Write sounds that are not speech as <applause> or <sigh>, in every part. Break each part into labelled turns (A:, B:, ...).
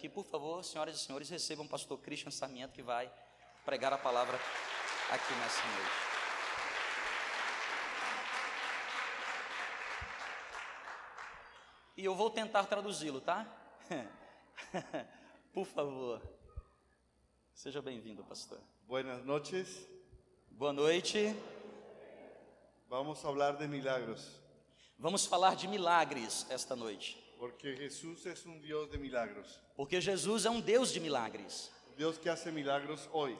A: Que, por favor, senhoras e senhores, recebam o pastor Christian Sarmiento, que vai pregar a palavra aqui nessa noite. E eu vou tentar traduzi-lo, tá? <laughs> por favor. Seja bem-vindo, pastor.
B: Buenas noches.
A: Boa noite.
B: Vamos a hablar de milagros,
A: Vamos falar de milagres esta noite.
B: porque Jesús es un Dios de milagros.
A: Porque Jesus é um Deus de milagres.
B: Dios que hace milagros hoy.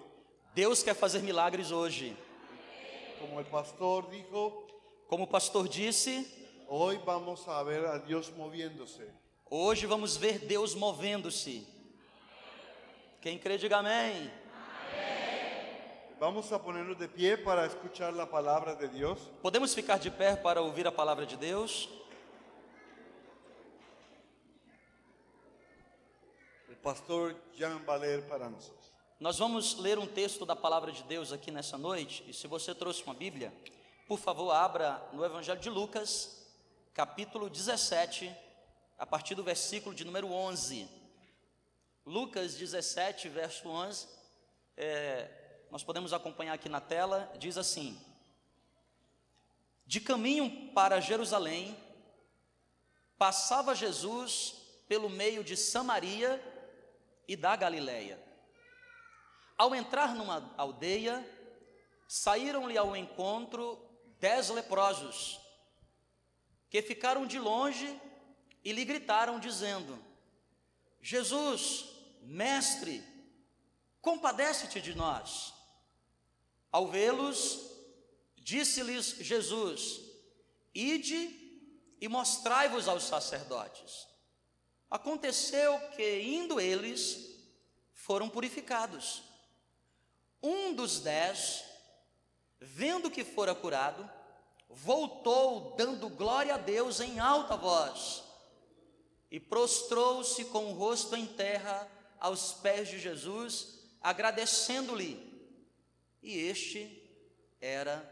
A: Deus quer fazer milagres hoje.
B: Como el pastor dijo,
A: Como o pastor disse,
B: hoy vamos a ver a Dios moviéndose.
A: hoje vamos ver Deus movendo-se. Quem crê, diga amém.
B: Vamos a ponernos de pie para escuchar la palabra de Dios.
A: Podemos ficar de pé para ouvir a palavra de Deus?
B: El pastor Jean Valer para nosotros.
A: Nós vamos ler um texto da palavra de Deus aqui nessa noite, e se você trouxe uma Bíblia, por favor, abra no Evangelho de Lucas, capítulo 17, a partir do versículo de número 11. Lucas 17, verso 11, é, nós podemos acompanhar aqui na tela, diz assim: De caminho para Jerusalém, passava Jesus pelo meio de Samaria e da Galileia. Ao entrar numa aldeia, saíram-lhe ao encontro dez leprosos, que ficaram de longe e lhe gritaram, dizendo: Jesus, mestre, compadece-te de nós. Ao vê-los, disse-lhes Jesus: Ide e mostrai-vos aos sacerdotes. Aconteceu que, indo eles, foram purificados. Um dos dez, vendo que fora curado, voltou dando glória a Deus em alta voz e prostrou-se com o rosto em terra aos pés de Jesus, agradecendo-lhe. E este era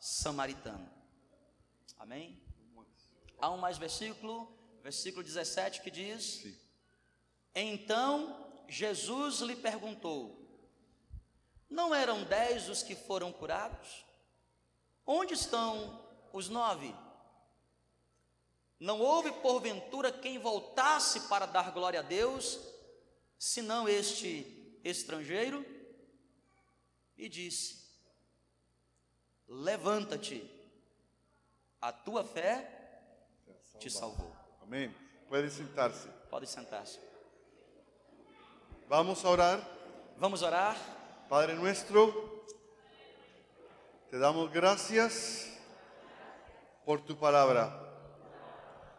A: samaritano. Amém? Há um mais versículo, versículo 17 que diz:
B: Sí.
A: Então Jesus lhe perguntou: Não eram dez os que foram curados? Onde estão os nove? Não houve porventura quem voltasse para dar glória a Deus, senão este estrangeiro? E disse: Levanta-te, a tua fé te salvou.
B: Amén. Pueden sentarse.
A: Pode sentar-se.
B: Vamos a orar.
A: Vamos orar.
B: Padre nuestro, te damos gracias por tu palabra.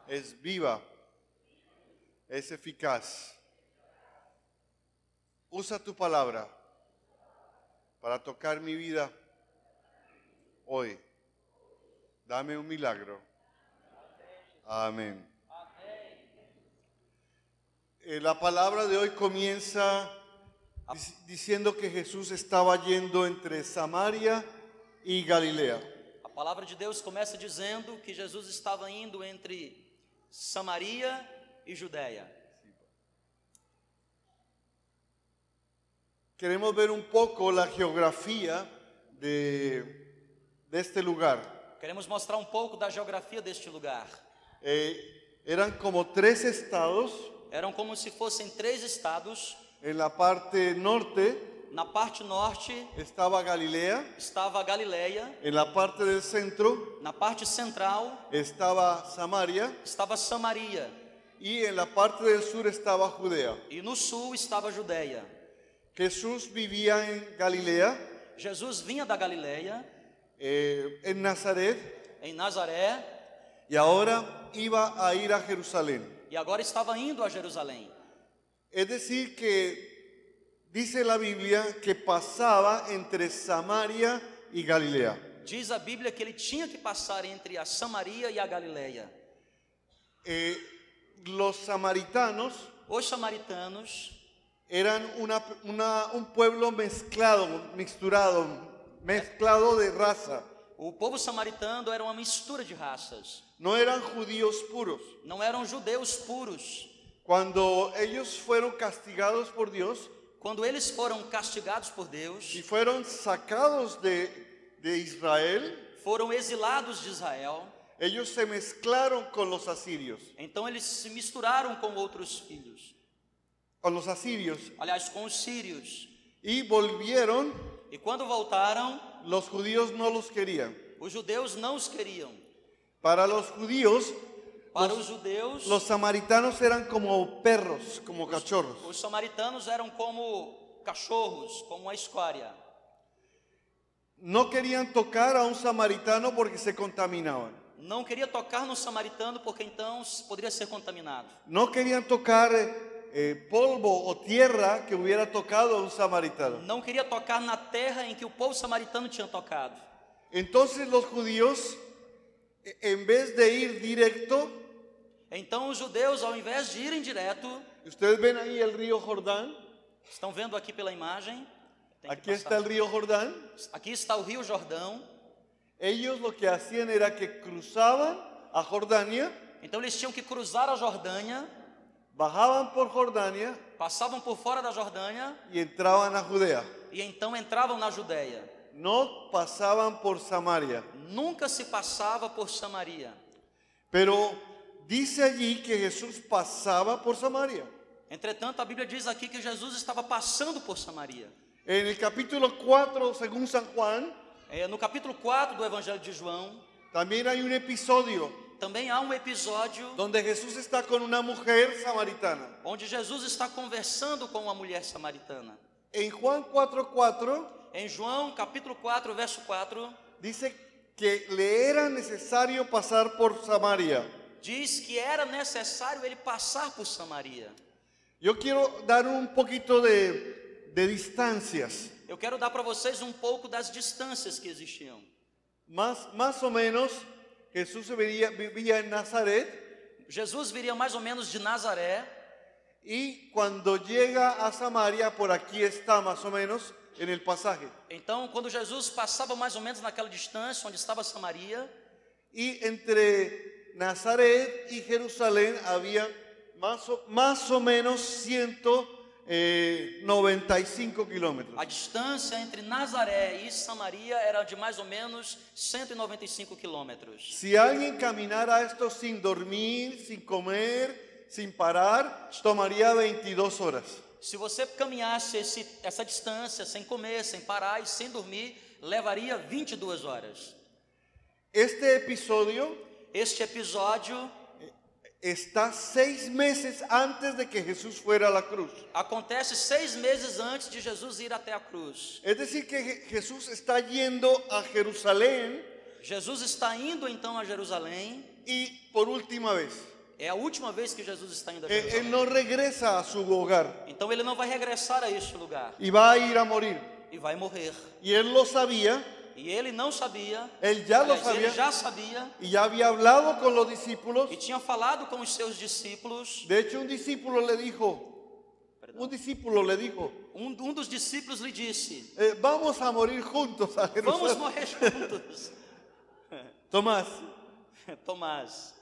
B: Es viva, es eficaz. Usa tu palabra para tocar mi vida hoy. Dame un milagro. Amén. Eh, La palabra de hoy comienza Dic- diciendo que Jesús estaba yendo entre Samaria y Galilea.
A: A palavra de Deus começa dizendo que Jesus estava indo entre Samaria e Judéia.
B: Queremos ver un poco la geografía de, de este lugar.
A: Queremos mostrar um pouco da geografia deste lugar.
B: Eh, eran como tres estados.
A: Eram como se fossem três estados.
B: En la parte norte
A: Na parte norte
B: estaba Galilea,
A: estava a Galileia,
B: en la parte del centro
A: na parte central
B: estaba Samaria
A: estava Samaria
B: y en la parte del sur estaba Judea.
A: e no sul estava a Judéia.
B: Jesús vivía en Galilea,
A: Jesus vinha da Galileia,
B: eh, en Nazaret,
A: em Nazaré,
B: Y ahora iba a ir a Jerusalén.
A: e agora estava indo a Jerusalém.
B: Es decir, que dice la Biblia que pasaba entre Samaria y Galilea.
A: Diz a Bíblia que ele tinha que passar entre a Samaria e a Galileia.
B: Eh, los samaritanos
A: Os samaritanos
B: eran una- una- un pueblo mezclado, mixturado, mezclado de raza.
A: O povo samaritano era uma mistura de raças.
B: No eran judíos puros,
A: Não eram judeus puros,
B: Cuando ellos fueron castigados por Dios
A: Quando eles foram castigados por Deus,
B: y fueron sacados de, de Israel,
A: foram exilados de Israel,
B: ellos se mezclaron con los asirios.
A: então eles se misturaram com outros filhos,
B: Con los asirios.
A: aliás, com os sírios.
B: Y volvieron,
A: E quando voltaram,
B: los judíos no los querían.
A: os judeus não os queriam.
B: Para los judíos,
A: Para os judeus,
B: los samaritanos eran como perros, como cachorros.
A: os samaritanos eram como cachorros, como uma escória.
B: No querían tocar a un samaritano porque se contaminaban.
A: Não queria tocar no samaritano porque então se- poderia ser contaminado.
B: No querían tocar eh, polvo o tierra que hubiera tocado a un samaritano.
A: Não queria tocar na terra em que o povo samaritano tinha tocado.
B: Entonces los judíos, e- en vez de ir directo,
A: Então os judeus, ao invés de irem direto,
B: ustedes ven ahí el río Jordán,
A: estão vendo aqui pela imagem. Tem que
B: aquí está
A: passar.
B: el río Jordán,
A: Aqui está o Rio Jordão.
B: ellos lo que hacían era que cruzaban a Jordania,
A: Então eles tinham que cruzar a Jordânia,
B: bajaban por Jordania
A: passavam por fora da Jordânia
B: y entraban a Judea.
A: e então entravam na Judéia.
B: No pasaban por Samaria.
A: Nunca se passava por Samaria.
B: Pero dice allí que Jesús pasaba por Samaria.
A: Entretanto, a Bíblia diz aqui que Jesus estava passando por Samaria.
B: En el capítulo 4, según San Juan,
A: É, no capítulo 4 do Evangelho de João,
B: también hay un episodio
A: também há um episódio
B: donde Jesús está con una mujer samaritana.
A: onde Jesus está conversando com uma mulher samaritana.
B: En Juan 4, 4
A: Em João, capítulo 4, verso 4,
B: dice que le era necesario pasar por Samaria.
A: diz que era necessário ele passar por Samaria.
B: Yo quiero dar un poquito de, de distancias.
A: Eu quero dar para vocês um pouco das distâncias que existiam.
B: Más, más o menos, Jesús se vería- vivía en Nazaret
A: Jesus viria mais ou menos de Nazaré,
B: y cuando llega a Samaria, por aquí está más o menos en el pasaje.
A: então quando Jesus passava mais ou menos naquela distância onde estava Samaria,
B: Y entre Nazaret y Jerusalén había más o, más o menos eh, 195 kilómetros.
A: a distância entre Nazaré e Samaria era de mais ou menos 195 quilômetros.
B: Si alguien caminara esto sin dormir, sin comer, sin parar, tomaría 22 horas.
A: Se você caminhasse esse- essa distância sem comer, sem parar e sem dormir, levaria 22 horas.
B: Este episodio
A: Este episódio
B: está seis meses antes de que Jesús fuera a la cruz.
A: acontece seis meses antes de Jesus ir até a cruz.
B: Es decir, que Je- Jesús está yendo a Jerusalén
A: Jesus está indo então a Jerusalén.
B: y por última vez.
A: É a última vez que Jesus está indo a
B: Eh,
A: Jerusalém.
B: Él no regresa a su hogar.
A: Então ele não vai regressar a este lugar
B: y va a ir a morir.
A: e vai morrer.
B: Y él lo sabía,
A: E ele não sabia,
B: él ya lo
A: aliás, ele
B: sabía,
A: já sabia
B: y ya había hablado con los discípulos.
A: e tinha falado com os seus discípulos.
B: De hecho, un discípulo le dijo, un discípulo le dijo,
A: Um, um dos discípulos lhe disse:
B: eh, vamos a morir juntos a
A: Vamos
B: Jerusalén.
A: morrer juntos. <laughs>
B: Tomás.
A: Tomás.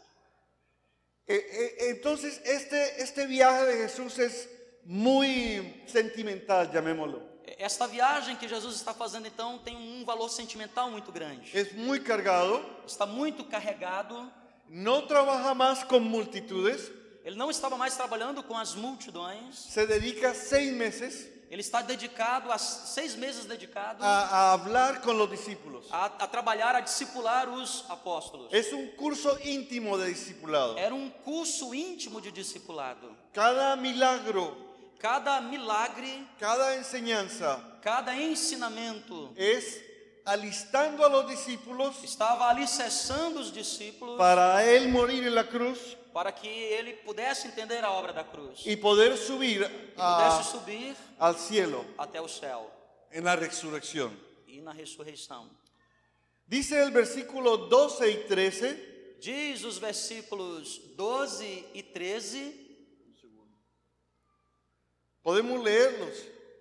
B: Eh, eh, entonces, este, este viaje de Jesús es muy sentimental, llamémoslo.
A: Esta viagem que Jesus está fazendo então tem um valor sentimental muito grande.
B: Es muy cargado,
A: Está muito carregado.
B: no trabaja más con multitudes,
A: Ele não estava mais trabalhando com as multidões.
B: se dedica seis meses
A: Ele está dedicado a seis meses dedicado a,
B: a- a hablar con los discípulos.
A: a trabalhar, a discipular os apóstolos.
B: Es un curso íntimo de discipulado.
A: Era um curso íntimo de discipulado.
B: Cada milagro,
A: Cada milagre,
B: cada enseñanza
A: cada ensinamento
B: es alistando a los discípulos
A: estava alicerçando os discípulos
B: para él morir en la cruz
A: para que ele pudesse entender a obra da cruz e
B: y poder subir a-
A: pudesse subir
B: al cielo
A: até o céu
B: en la resurrección.
A: e na ressurreição.
B: Dice el versículo 12 y 13,
A: Diz os versículos 12 e 13.
B: podemos leerlos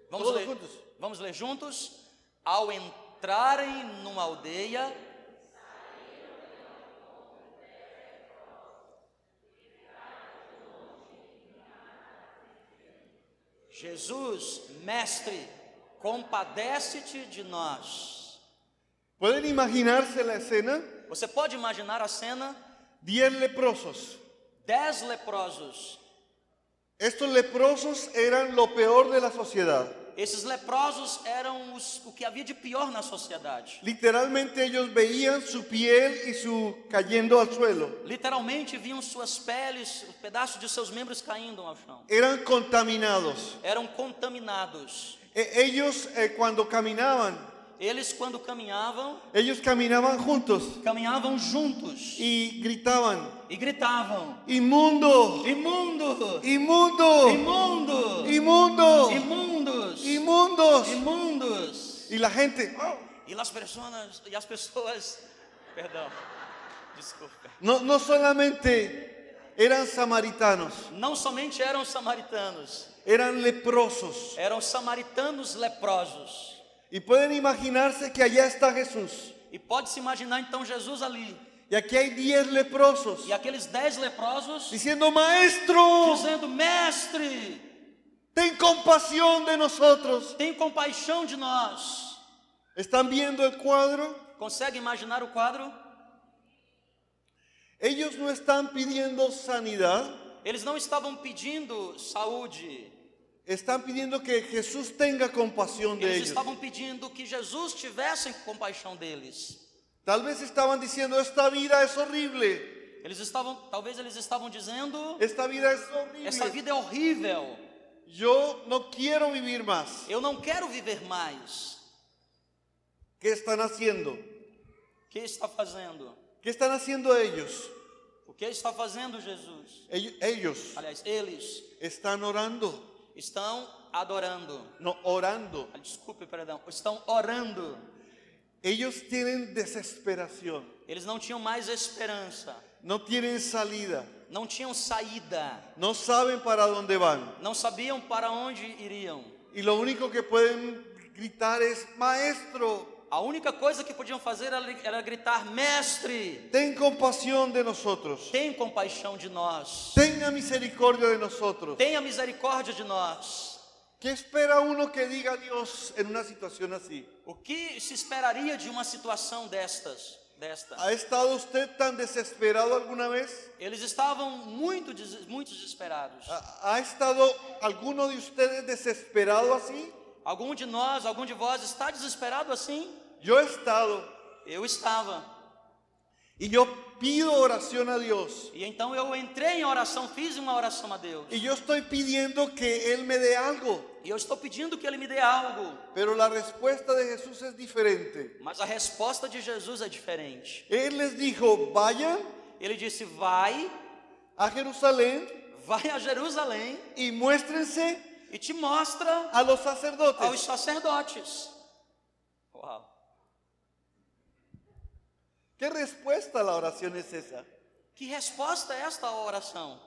A: Vamos
B: todos
A: ler,
B: juntos.
A: vamos ler juntos? Ao entrarem numa aldeia, Jesus, mestre, compadece-te de nós.
B: ¿Pueden imaginarse la escena?
A: Você pode imaginar a cena?
B: Diez leprosos.
A: Dez leprosos.
B: Estos leprosos eran lo peor de la sociedad.
A: Esses leprosos eram os- o que havia de pior na sociedade.
B: Literalmente ellos veían su piel y su cayendo al suelo.
A: Literalmente viam suas peles, os pedaços de seus membros caindo ao chão.
B: Eran contaminados.
A: Eram contaminados.
B: E- ellos eh, cuando caminaban,
A: Eles, quando caminhavam,
B: ellos caminaban juntos
A: caminhavam juntos
B: y gritaban,
A: e gritavam:
B: inmundo,
A: Imundo!
B: inmundo,
A: Imundo!
B: inmundo,
A: Imundos!
B: inmundos.
A: Imundos!
B: Y la gente "Oh,
A: E as pessoas, e as pessoas, <laughs> perdão, desculpa.
B: no, no solamente eran samaritanos,
A: Não somente eram samaritanos,
B: eran leprosos.
A: eram samaritanos leprosos.
B: Y pueden imaginarse que allá está Jesús.
A: E pode-se imaginar então Jesus ali
B: Y aquí hay 10 leprosos
A: e aqueles dez leprosos
B: diciendo, maestro,
A: dizendo: Mestre,
B: ten compasión de nosotros.
A: tem compaixão de nós.
B: ¿Están viendo el cuadro?
A: Consegue imaginar o quadro?
B: Ellos no están pidiendo sanidad,
A: Eles não estavam pedindo saúde,
B: están pidiendo que Jesús tenga compasión de
A: eles
B: ellos.
A: estavam pedindo que Jesus tivesse compaixão deles.
B: Tal vez estaban diciendo, esta vida es horrible,
A: Eles estavam, talvez eles estavam dizendo:
B: esta vida es
A: Essa
B: horrible.
A: vida é horrível.
B: Yo no quiero vivir más.
A: Eu não quero viver mais.
B: ¿Qué están haciendo?
A: O que está fazendo?
B: ¿Qué están haciendo ellos?
A: O que está fazendo Jesus?
B: Ell- Ellos
A: Aliás, eles
B: están orando,
A: estão adorando.
B: no orando.
A: Ah, Desculpe, perdão. Estão orando.
B: Ellos tienen desesperación,
A: Eles não tinham mais esperança.
B: no tienen salida,
A: Não tinham saída.
B: no saben para dónde van.
A: Não sabiam para onde iriam.
B: Y lo único que pueden gritar es, Maestro,
A: A única coisa que podiam fazer era era gritar: Mestre,
B: ten compasión de nosotros,
A: tem compaixão de nós.
B: tenga misericordia de nosotros.
A: Tenha misericórdia de nós.
B: ¿Qué espera uno que diga Dios en una situación así?
A: O que se esperaria de uma situação destas? Desta?
B: ¿Ha estado usted tan desesperado alguna vez?
A: Eles estavam muito, des- muito desesperados.
B: ¿Ha ha estado alguno de ustedes desesperado así?
A: Algum de nós, algum de vós está desesperado assim?
B: Yo he estado
A: Eu estava.
B: y yo pido oración a Dios.
A: E então eu entrei em oração, fiz uma oração a Deus.
B: Y yo estoy pidiendo que Él me dé algo,
A: E eu estou pedindo que Ele me dê algo.
B: pero la respuesta de Jesús es diferente.
A: Mas a resposta de Jesus é diferente.
B: Él les dijo, vayan
A: Ele disse: Vai,
B: a Jerusalén
A: vai a Jerusalém
B: y muéstrense
A: e te mostra
B: a los
A: aos
B: sacerdotes.
A: sacerdotes. Uau!
B: ¿Qué respuesta a la oración es esa?
A: Que resposta é esta à oração?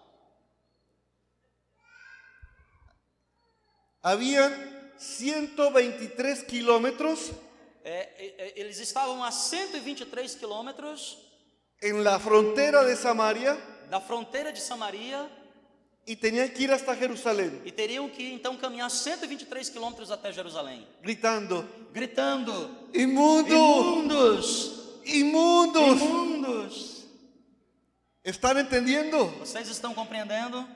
B: Habían 123 kilómetros
A: É, é, é, eles estavam a 123 quilômetros
B: en la frontera de Samaria
A: da fronteira de Samaria
B: y tenían que ir hasta Jerusalén,
A: e teriam que então caminhar 123 quilômetros até Jerusalém,
B: gritando,
A: gritando:
B: inmundo,
A: Imundos!
B: inmundos.
A: Imundos!
B: ¿Están entendiendo?
A: Vocês estão compreendendo?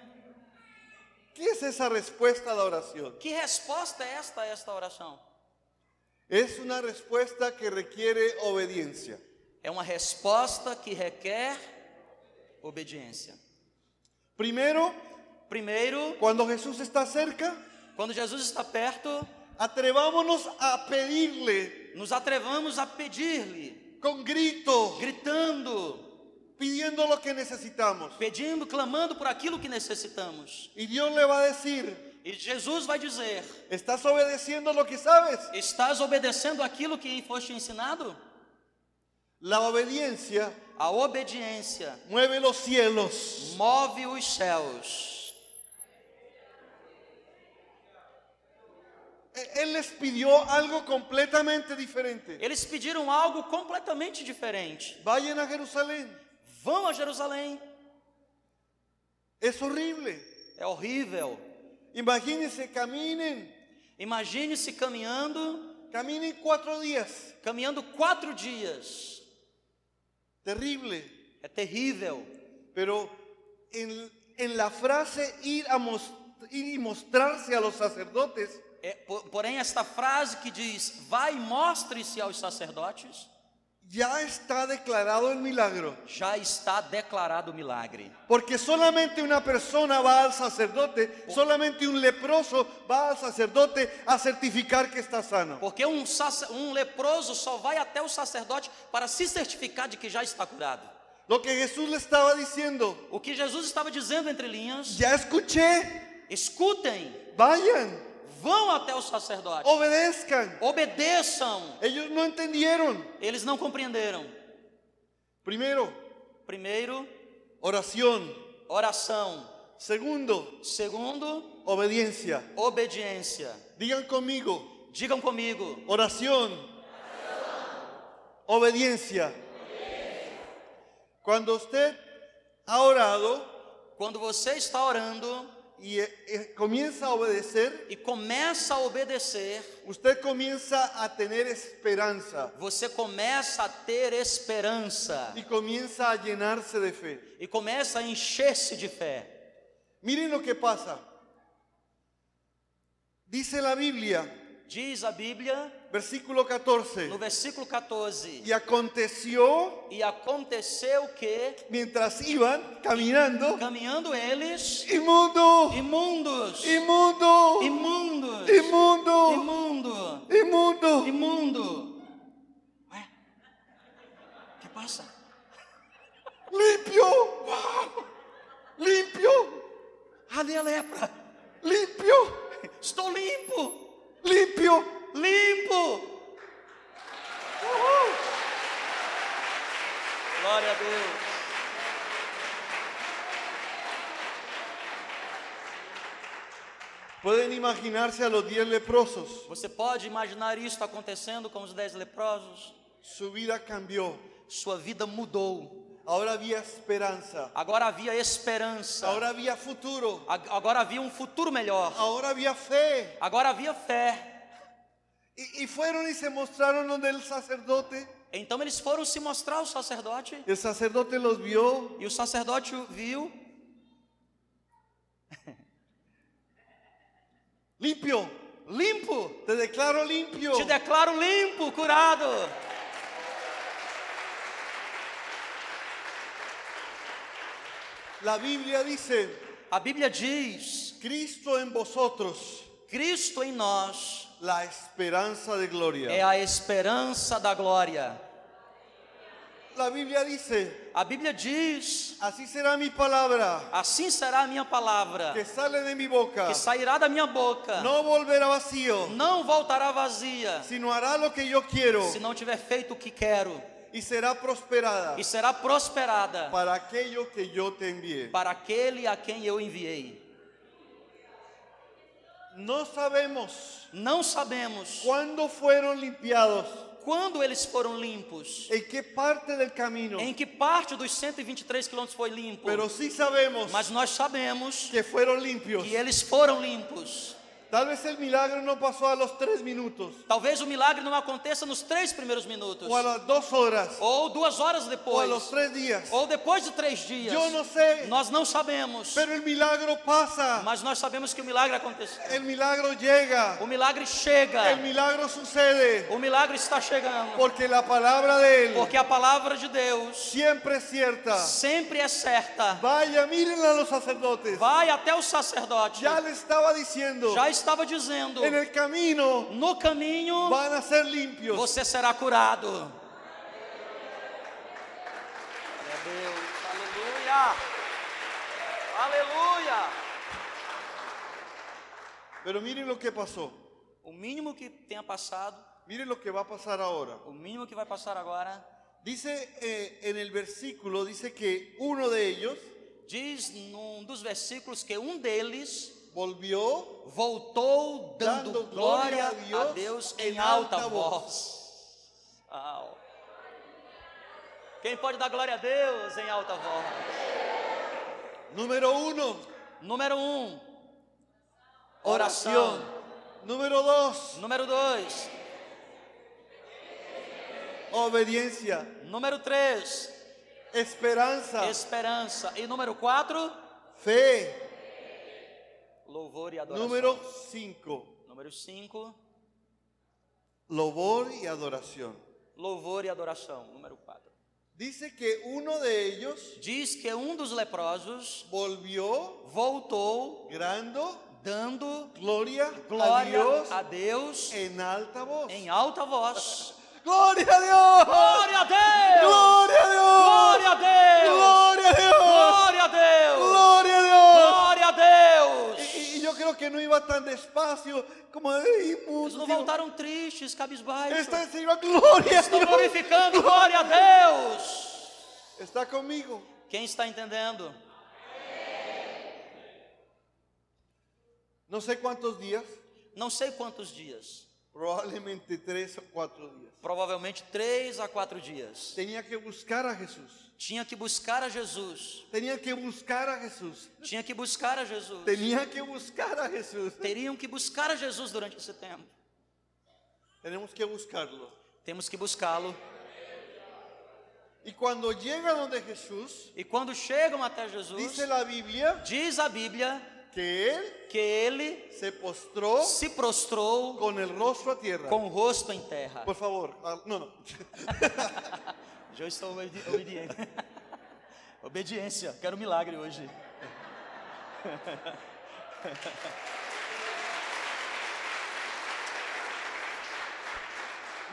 B: ¿Qué es esa respuesta a la oración?
A: Que resposta é esta a esta oração?
B: Es una respuesta que requiere obediencia.
A: É uma resposta que requer obediência.
B: Primero,
A: Primeiro,
B: cuando Jesús está cerca,
A: quando Jesus está perto,
B: atrevámonos a pedirle
A: nos atrevamos a pedir-lhe,
B: con grito,
A: gritando,
B: pidiendo lo que necesitamos.
A: pedindo, clamando por aquilo que necessitamos.
B: Y Dios le va a decir,
A: E Jesus vai dizer:
B: ¿estás obedeciendo lo que sabes?
A: Estás obedecendo aquilo que foste ensinado?
B: La obediencia
A: A obediência
B: mueve los cielos.
A: move os céus.
B: E- Él les pidió algo completamente diferente.
A: Eles pediram algo completamente diferente.
B: Vayan a Jerusalén.
A: Vão a Jerusalém.
B: Es horrible.
A: É horrível.
B: Imagínense, caminen,
A: Imagine-se caminhando,
B: caminen cuatro días.
A: caminhando quatro dias.
B: Terrible.
A: É terrível.
B: Pero en, en la frase ir, a mos- ir y mostrarse a los sacerdotes,
A: É, po- porém, esta frase que diz: Vai e mostre-se aos sacerdotes,
B: ya está declarado el milagro.
A: já está declarado o milagre.
B: Porque solamente una persona va al sacerdote, solamente un leproso va al sacerdote a certificar que está sano.
A: Porque um, sac- um leproso só vai até o sacerdote para se certificar de que já está curado.
B: Lo que Jesús le estaba diciendo,
A: O que Jesus estava dizendo entre linhas:
B: ya escuché,
A: escutem,
B: vayan,
A: vão até o sacerdote,
B: obedezcan.
A: obedeçam.
B: Ellos no entendieron.
A: Eles não compreenderam.
B: Primero,
A: Primeiro,
B: oración.
A: oração.
B: Segundo,
A: Segundo,
B: obediencia.
A: obediência.
B: Digan conmigo,
A: Digam comigo:
B: oración. Obediencia. Cuando usted ha orado,
A: quando você está orando,
B: y eh, eh, comienza a obedecer,
A: e começa a obedecer,
B: usted comienza a tener esperanza
A: você começa a ter esperança
B: y comienza a llenarse de fe.
A: e começa a encher-se de fé.
B: Miren lo que pasa. Dice la Biblia,
A: Diz a Bíblia
B: versículo 14,
A: no versículo 14:
B: y aconteció
A: E aconteceu que,
B: mientras iban caminando,
A: caminhando eles,
B: inmundo,
A: imundos,
B: inmundo,
A: imundos,
B: inmundo,
A: imundo,
B: inmundo,
A: imundo. Ué? O que passa?
B: limpio, limpio,
A: Ali a lepra.
B: limpio,
A: Estou limpo,
B: limpio.
A: limpo. Glória a Deus.
B: Pueden imaginarse a los diez leprosos.
A: Você pode imaginar isso acontecendo com os dez leprosos?
B: Su vida cambió.
A: Sua vida mudou.
B: Ahora había esperanza.
A: Agora havia esperança.
B: Ahora havía futuro.
A: Ag- Agora havia um futuro melhor.
B: Ahora había fe.
A: Agora havia fé.
B: Y, y fueron y se mostraron donde el sacerdote.
A: Então eles foram se mostrar ao sacerdote.
B: El sacerdote los vio
A: E o sacerdote o viu
B: limpio.
A: limpo.
B: Te declaro limpio.
A: Te declaro limpo, curado.
B: La Biblia dice,
A: A Bíblia diz:
B: Cristo en vosotros,
A: Cristo em nós
B: la esperanza de
A: é
B: gloria.
A: a esperança da glória.
B: La Biblia dice,
A: A Bíblia diz:
B: así será mi palabra
A: Assim será a minha palavra
B: que sale de mi boca.
A: que sairá da minha boca.
B: No volverá vacío,
A: não voltará vazia,
B: sino hará lo que yo quiero.
A: se não tiver feito o que quero,
B: y será prosperada
A: e será prosperada
B: para aquello que yo te envié.
A: para aquele a quem eu enviei.
B: No sabemos
A: Não sabemos
B: cuándo fueron limpiados,
A: quando eles foram limpos,
B: en qué parte del camino,
A: em que parte dos 123 quilômetros foi limpo,
B: pero sí sabemos
A: mas nós sabemos
B: que fueron limpios.
A: que eles foram limpos.
B: Tal vez el milagro no pasó a los tres minutos
A: Talvez o milagre não aconteça nos três primeiros minutos,
B: o a las dos horas
A: ou duas horas
B: o a los
A: depois,
B: tres días,
A: ou depois de três dias.
B: Yo no sé.
A: Nós não sabemos,
B: pero el milagro pasa,
A: mas nós sabemos que o milagre aconteceu.
B: el milagro llega,
A: O milagre chega.
B: el milagro sucede,
A: O milagre está chegando,
B: porque la palabra de él
A: porque a palavra de Deus
B: siempre es cierta.
A: sempre é certa.
B: Vaya, miren a los sacerdotes.
A: Vai até o sacerdote.
B: Ya le estaba diciendo,
A: Já estava dizendo:
B: en el camino
A: no caminho
B: van a ser limpios.
A: você será curado. Aleluia! Aleluia!
B: Pero miren lo que pasó.
A: O mínimo que tenha passado,
B: Miren lo que va a pasar ahora.
A: o mínimo que vai passar agora,
B: Dice eh, en el versículo, dice que uno de ellos
A: diz num dos versículos que um deles
B: volvió
A: voltou dando,
B: Dando
A: glória
B: glória a Deus
A: a Deus em
B: em
A: alta,
B: alta
A: voz. Au. Quem pode dar glória a Deus em alta voz?
B: número uno,
A: Número um, Oração.
B: Número dos,
A: Número 2.
B: obediencia,
A: Número 3.
B: esperanza,
A: Esperança. E número 4.
B: fe.
A: Louvor e adoração.
B: Número 5,
A: Número 5.
B: labor y adoración.
A: Louvor e adoração. Número 4.
B: Dice que uno de ellos
A: Diz que um dos leprosos
B: volvió
A: voltou
B: grando
A: dando
B: gloria,
A: glória
B: a Dios
A: a Deus
B: en alta voz.
A: em alta voz.
B: Gloria a Dios.
A: Glória a Deus!
B: Gloria a Dios.
A: Glória a Deus!
B: Gloria a Dios.
A: Glória a Deus!
B: Gloria a Dios.
A: Glória a Deus!
B: Y, y yo creo que no iba tan despacio como
A: Eles não
B: inmundo.
A: voltaron tristes, cabisbaixos.
B: Esta se iba gloria. a
A: <laughs> Estão
B: Dios.
A: glorificando, glória a Deus!
B: Está conmigo.
A: Quem está entendendo?
B: No sé cuántos días,
A: Não sei quantos dias,
B: probablemente tres o cuatro días.
A: provavelmente três a quatro dias.
B: Tenía que buscar a Jesús.
A: Tinha que buscar a Jesus.
B: Tenía que buscar a Jesús.
A: Tinha que buscar a Jesus.
B: Tenía que buscar a Jesús.
A: Teriam que buscar a Jesus durante esse tempo.
B: Tenemos que buscarlo.
A: Temos que buscá-lo.
B: Y cuando llega donde Jesús,
A: E quando chegam até Jesus,
B: dice la Biblia
A: diz a Bíblia
B: que él
A: que ele
B: se postró
A: se prostrou
B: con el rostro a tierra.
A: com o rosto em terra.
B: Por favor, ah, no, <laughs> no.
A: Já estou obedi- obediente. <laughs> Obediência, quero milagre hoje.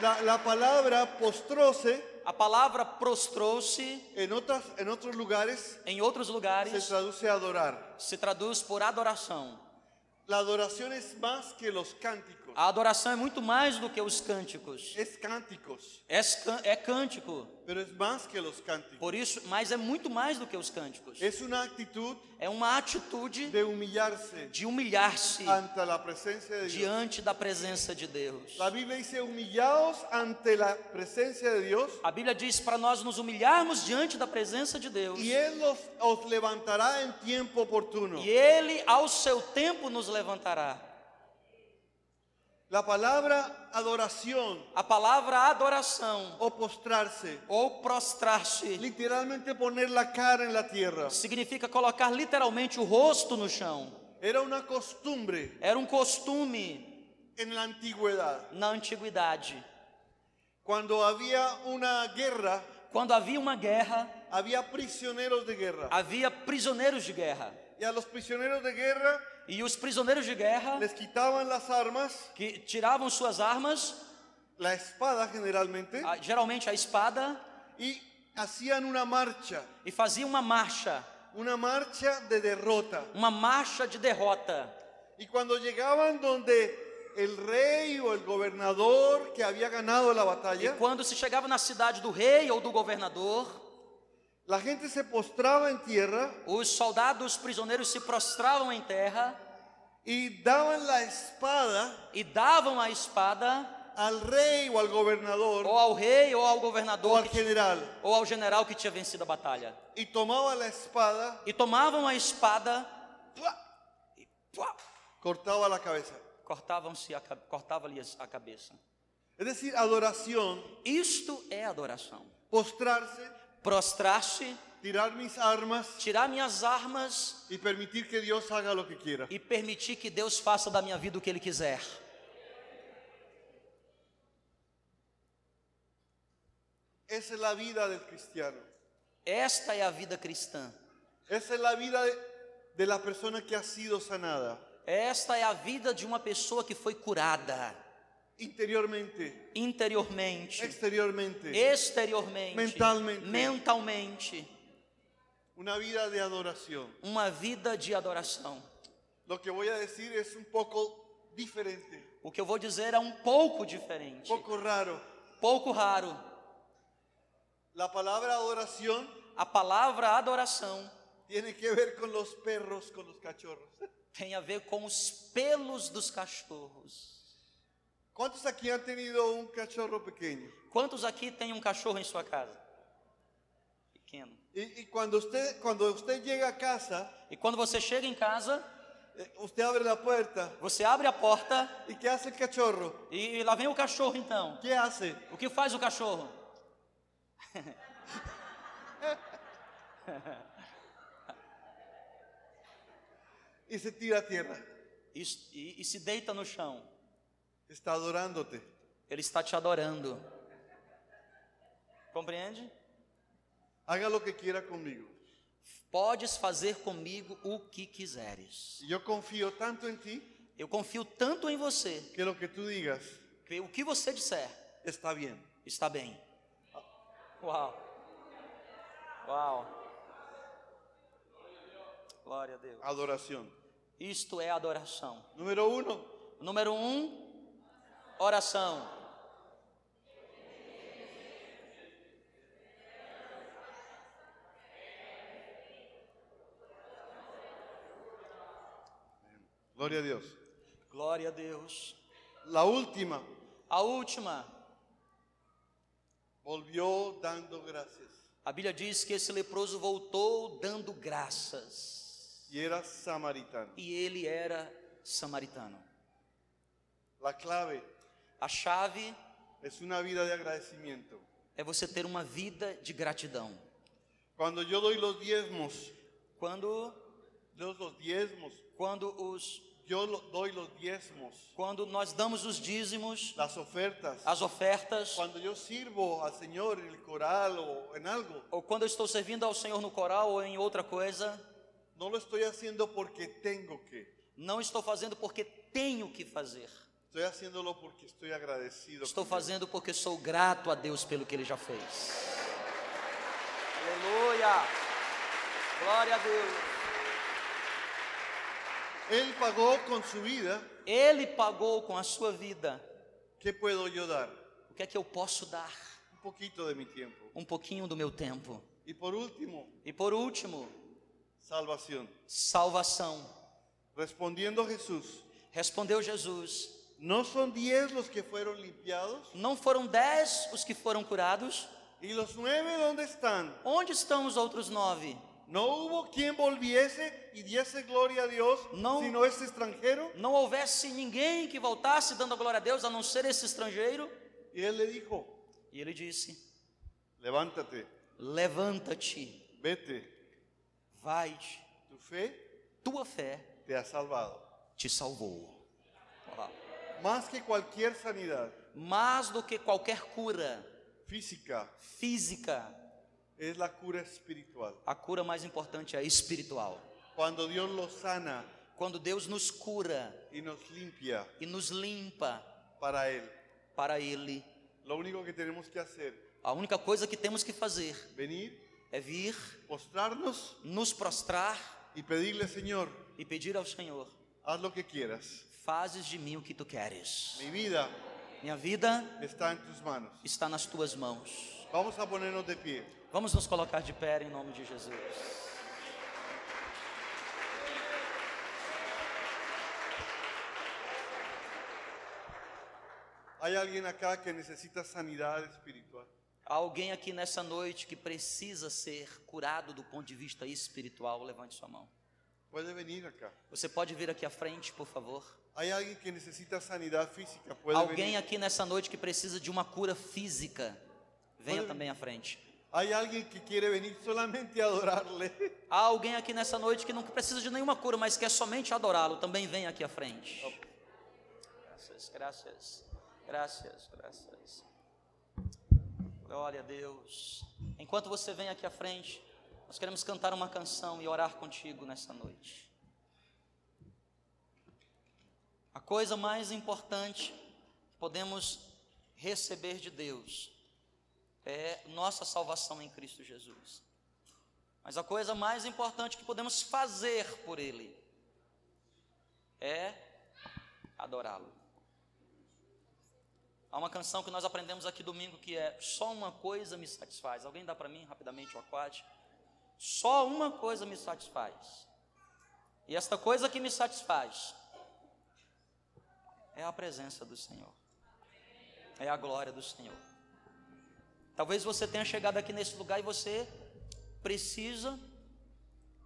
B: La, la palabra postróse
A: A palavra prostrou-se
B: en, otras, en otros lugares
A: em outros
B: se
A: lugares
B: traduce a adorar.
A: se traduz por adoração.
B: La adoración es más que los cánticos.
A: A adoração é muito mais do que os cânticos.
B: Es cánticos,
A: É, cân- é cântico,
B: pero es más que los cánticos.
A: por isso, mas é muito mais do que os cânticos.
B: Es una actitud
A: É uma atitude
B: de humillarse
A: de humilhar-se
B: ante la presencia de Dios.
A: diante da presença de Deus.
B: La Biblia dice humillaos ante la presencia de Dios
A: A Bíblia diz para nós nos humilharmos diante da presença de Deus.
B: y Él los, os levantará en tiempo oportuno.
A: E Ele, ao seu tempo, nos levantará.
B: La palabra adoración
A: A palavra adoração
B: o postrarse,
A: ou prostrar-se
B: literalmente poner la cara en la tierra,
A: significa colocar literalmente o rosto no chão.
B: era una costumbre
A: Era um costume
B: en la antigüedad,
A: na antiguidade.
B: cuando había una guerra,
A: Quando havia uma guerra,
B: había prisioneros de guerra.
A: havia prisioneiros de guerra.
B: Y a los prisioneros de guerra
A: E os prisioneiros de guerra
B: les quitaban las armas,
A: que tiravam suas armas,
B: la espada generalmente,
A: a- geralmente a espada,
B: y hacían una marcha,
A: e faziam uma marcha,
B: una marcha de derrota.
A: uma marcha de derrota.
B: Y cuando llegaban donde el rey o el gobernador que había ganado la
A: E
B: batalla,
A: quando se chegava na cidade do rei ou do governador,
B: la gente se postraba en tierra
A: os soldados prisioneiros se prostravam em terra
B: y daban la espada
A: e davam a espada
B: al rey o al gobernador
A: ou ao rei ou ao
B: o
A: governador
B: al
A: que ti-
B: general.
A: ou ao general que tinha vencido a batalha.
B: y tomaba la espada,
A: E tomavam a espada,
B: ¡pua!
A: tuá,
B: cortaba la cabeza.
A: cortavam-se a ca- cortava-lhes a cabeça.
B: Es decir, adoración,
A: Isto é adoração.
B: postrarse,
A: Prostrar-se,
B: tirar mis armas
A: tirar minhas armas
B: y permitir que Dios haga lo que quiera.
A: e permitir que Deus faça da minha vida o que ele quiser.
B: Esa es la vida del cristiano.
A: Esta é a vida cristã.
B: Esa es la vida de, de la persona que ha sido sanada
A: Esta é a vida de uma pessoa que foi curada
B: interiormente,
A: interiormente, Eh.
B: exteriormente.
A: exteriormente,
B: Mentalmente.
A: mentalmente.
B: Una vida de adoración.
A: Uma vida de adoração.
B: Lo que voy a decir es un poco diferente,
A: O que eu vou dizer é um pouco diferente,
B: poco raro.
A: pouco raro.
B: La palabra adoración
A: A palavra adoração
B: tiene que ver con los perros, con los cachorros.
A: tem a ver com os pelos dos cachorros.
B: ¿Cuántos aquí han tenido un cachorro pequeño?
A: Quantos aqui tem um cachorro em sua casa? Pequeno.
B: Y, y cuando, usted, cuando usted llega a casa
A: E quando você chega em casa,
B: Eh, Usted abre la puerta.
A: Você abre a porta
B: ¿Y qué hace el cachorro?
A: e lá vem o cachorro então.
B: ¿Qué hace?
A: O que faz o cachorro?
B: Y se tira a tierra.
A: E, e- e se deita no chão.
B: Está adorándote.
A: Ele está te adorando. Compreende?
B: Haga lo que quiera conmigo.
A: Podes fazer comigo o que quiseres.
B: Y Yo confío tanto en ti
A: Eu confio tanto em você
B: que lo que tú digas
A: que o que você disser
B: está bien.
A: está bem. Uau. Uau. Glória a Deus.
B: Adoración.
A: Isto é adoração.
B: Número uno,
A: Número um, oração.
B: gloria a Dios.
A: Glória a Deus.
B: La última,
A: A última,
B: volvió dando gracias.
A: a Bíblia diz que esse leproso voltou dando graças.
B: Y era samaritano.
A: E ele era samaritano.
B: La clave
A: A chave
B: es una vida de agradecimiento.
A: é você ter uma vida de gratidão.
B: Cuando yo doy los diezmos,
A: Quando,
B: los, los diezmos,
A: quando, os,
B: yo lo- doy los diezmos,
A: quando nós damos os dízimos,
B: las ofertas.
A: as ofertas,
B: Cuando yo sirvo al Señor en el coral o en algo,
A: ou quando eu estou servindo ao Senhor no coral ou em outra coisa,
B: no lo estoy haciendo porque tengo que.
A: não estou fazendo porque tenho que fazer.
B: Estoy haciéndolo porque estoy agradecido.
A: Estou
B: con Dios.
A: fazendo porque sou grato a Deus pelo que Ele já fez. Aleluia! Glória a Deus!
B: Él pagó con su vida.
A: Ele pagou com a sua vida.
B: ¿Qué puedo yo dar?
A: O que é que eu posso dar?
B: Un poquito de mi tiempo.
A: Um pouquinho do meu tempo.
B: Y por último,
A: E por último,
B: salvación.
A: salvação.
B: Respondiendo Jesús,
A: Respondeu Jesus:
B: ¿no son diez los que fueron limpiados?
A: Não foram dez os que foram curados?
B: ¿Y los nueve dónde están?
A: Onde estão os outros nove?
B: ¿No hubo quien volviese y diese gloria a Dios,
A: No.
B: sino este extranjero?
A: Não houvesse ninguém que voltasse dando a glória a Deus a não ser esse estrangeiro?
B: Y él le dijo,
A: E ele disse:
B: levántate,
A: Levanta-te,
B: vete,
A: vai-te.
B: tu fe
A: tua fé
B: te ha salvado.
A: te salvou.
B: Más que cualquier sanidad
A: Mais do que qualquer cura
B: física,
A: física,
B: es la cura espiritual.
A: a cura mais importante é espiritual.
B: Cuando Dios lo sana
A: Quando Deus nos cura
B: y nos limpia
A: e nos limpa
B: para Él,
A: para Ele,
B: lo único que tenemos que hacer,
A: a única coisa que temos que fazer
B: venir,
A: é vir,
B: postrarnos
A: nos prostrar
B: y pedirle, Señor,
A: e pedir ao Senhor:
B: haz lo que quieras.
A: Fazes de mim o que tu queres.
B: Mi vida
A: Minha vida
B: está en tus manos.
A: está nas tuas mãos.
B: Vamos a ponernos de pie.
A: Vamos nos colocar de pé em nome de Jesus.
B: Hay alguien acá que necesita sanidad espiritual.
A: Há alguém aqui nessa noite que precisa ser curado do ponto de vista espiritual, levante sua mão.
B: Puede venir acá.
A: Você pode vir aqui à frente, por favor.
B: Hay alguien que necesita sanidad física. Puede
A: Alguém
B: venir.
A: aqui nessa noite que precisa de uma cura física, venha
B: Pode-
A: também à frente.
B: Hay alguien que quiere venir solamente a adorarle.
A: Há alguém aqui nessa noite que não precisa de nenhuma cura, mas quer somente adorá-lo, também venha aqui à frente. Oh. Graças, graças, graças, graças. Glória a Deus. Enquanto você vem aqui à frente, nós queremos cantar uma canção e orar contigo nessa noite. A coisa mais importante que podemos receber de Deus é nossa salvação em Cristo Jesus. Mas a coisa mais importante que podemos fazer por Ele é adorá-lo. Há uma canção que nós aprendemos aqui domingo que é Só uma coisa me satisfaz. Alguém dá para mim rapidamente o acorde? Só uma coisa me satisfaz. E esta coisa que me satisfaz é a presença do Senhor. É a glória do Senhor. Talvez você tenha chegado aqui nesse lugar e você precisa,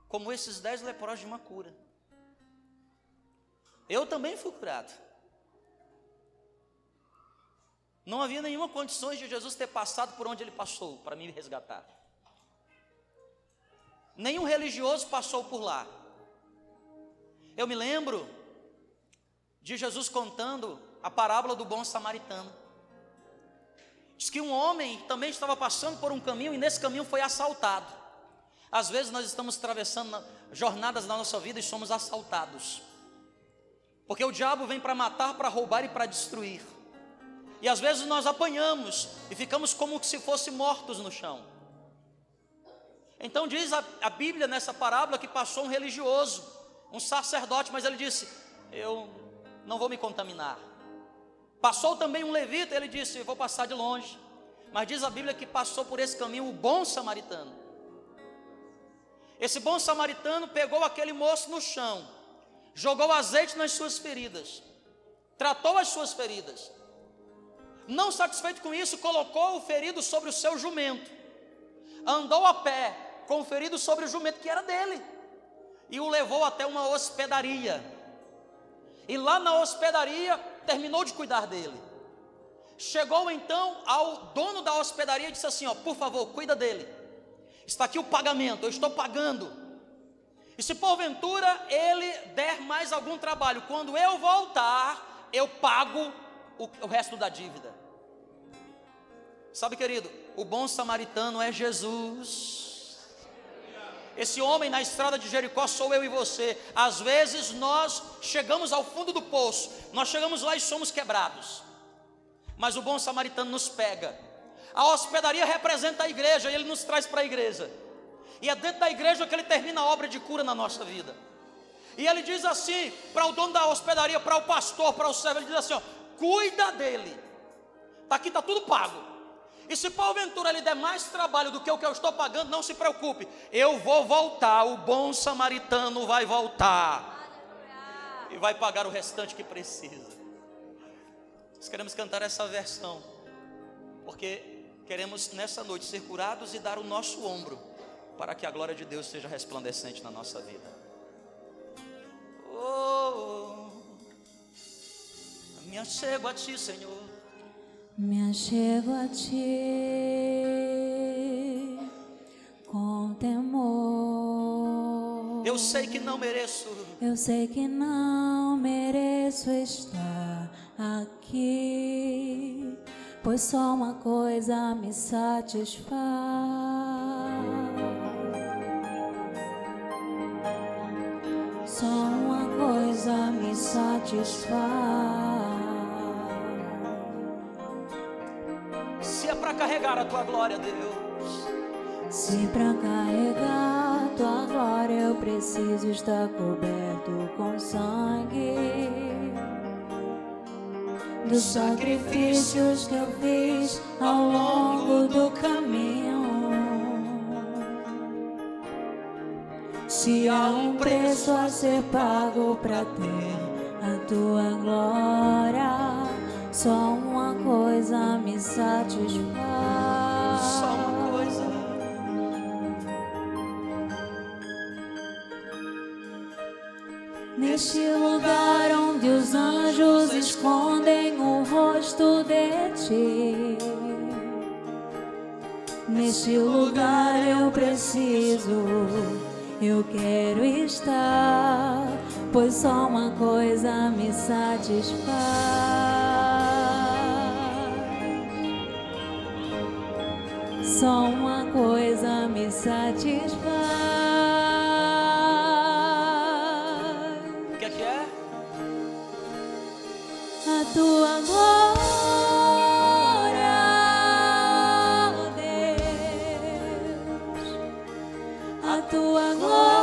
A: como esses dez leprosos, de uma cura. Eu também fui curado. Não havia nenhuma condições de Jesus ter passado por onde ele passou para me resgatar. Nenhum religioso passou por lá. Eu me lembro de Jesus contando a parábola do bom samaritano. Diz que um homem também estava passando por um caminho e nesse caminho foi assaltado. Às vezes nós estamos atravessando jornadas na nossa vida e somos assaltados. Porque o diabo vem para matar, para roubar e para destruir. E às vezes nós apanhamos e ficamos como se fossem mortos no chão. Então diz a, a Bíblia nessa parábola que passou um religioso, um sacerdote, mas ele disse: Eu não vou me contaminar. Passou também um levita, ele disse: Vou passar de longe. Mas diz a Bíblia que passou por esse caminho o bom samaritano. Esse bom samaritano pegou aquele moço no chão, jogou azeite nas suas feridas, tratou as suas feridas. Não satisfeito com isso, colocou o ferido sobre o seu jumento, andou a pé com o ferido sobre o jumento que era dele, e o levou até uma hospedaria. E lá na hospedaria, terminou de cuidar dele. Chegou então ao dono da hospedaria e disse assim: ó, por favor, cuida dele. Está aqui o pagamento, eu estou pagando. E se porventura ele der mais algum trabalho, quando eu voltar, eu pago o, o resto da dívida. Sabe, querido, o bom samaritano é Jesus. Esse homem na estrada de Jericó sou eu e você. Às vezes nós chegamos ao fundo do poço, nós chegamos lá e somos quebrados. Mas o bom samaritano nos pega. A hospedaria representa a igreja e ele nos traz para a igreja. E é dentro da igreja que ele termina a obra de cura na nossa vida. E ele diz assim para o dono da hospedaria, para o pastor, para o servo: ele diz assim, ó, cuida dele. Tá aqui, tá tudo pago. E se porventura ele der mais trabalho do que o que eu estou pagando, não se preocupe, eu vou voltar, o bom samaritano vai voltar e vai pagar o restante que precisa. Nós queremos cantar essa versão, porque queremos nessa noite ser curados e dar o nosso ombro para que a glória de Deus seja resplandecente na nossa vida. Oh, oh. me achego a ti, Senhor.
C: Me achego a ti com temor.
A: Eu sei que não mereço,
C: Eu sei que não mereço estar aqui, pois só uma coisa me satisfaz. Só uma coisa me satisfaz.
A: se é para carregar a tua glória, Deus.
C: Se pra carregar tua glória eu preciso estar coberto com sangue dos sacrifícios que eu fiz ao longo do caminho. Se há um preço a ser pago pra ter a tua glória, só uma coisa me satisfaz.
A: Só uma coisa.
C: Neste lugar onde os anjos escondem o rosto de ti. Neste lugar eu preciso, eu quero estar, pois só uma coisa me satisfaz. Só uma coisa me satisfaz.
A: O que é que é?
C: a tua glória, oh Deus, a tua glória,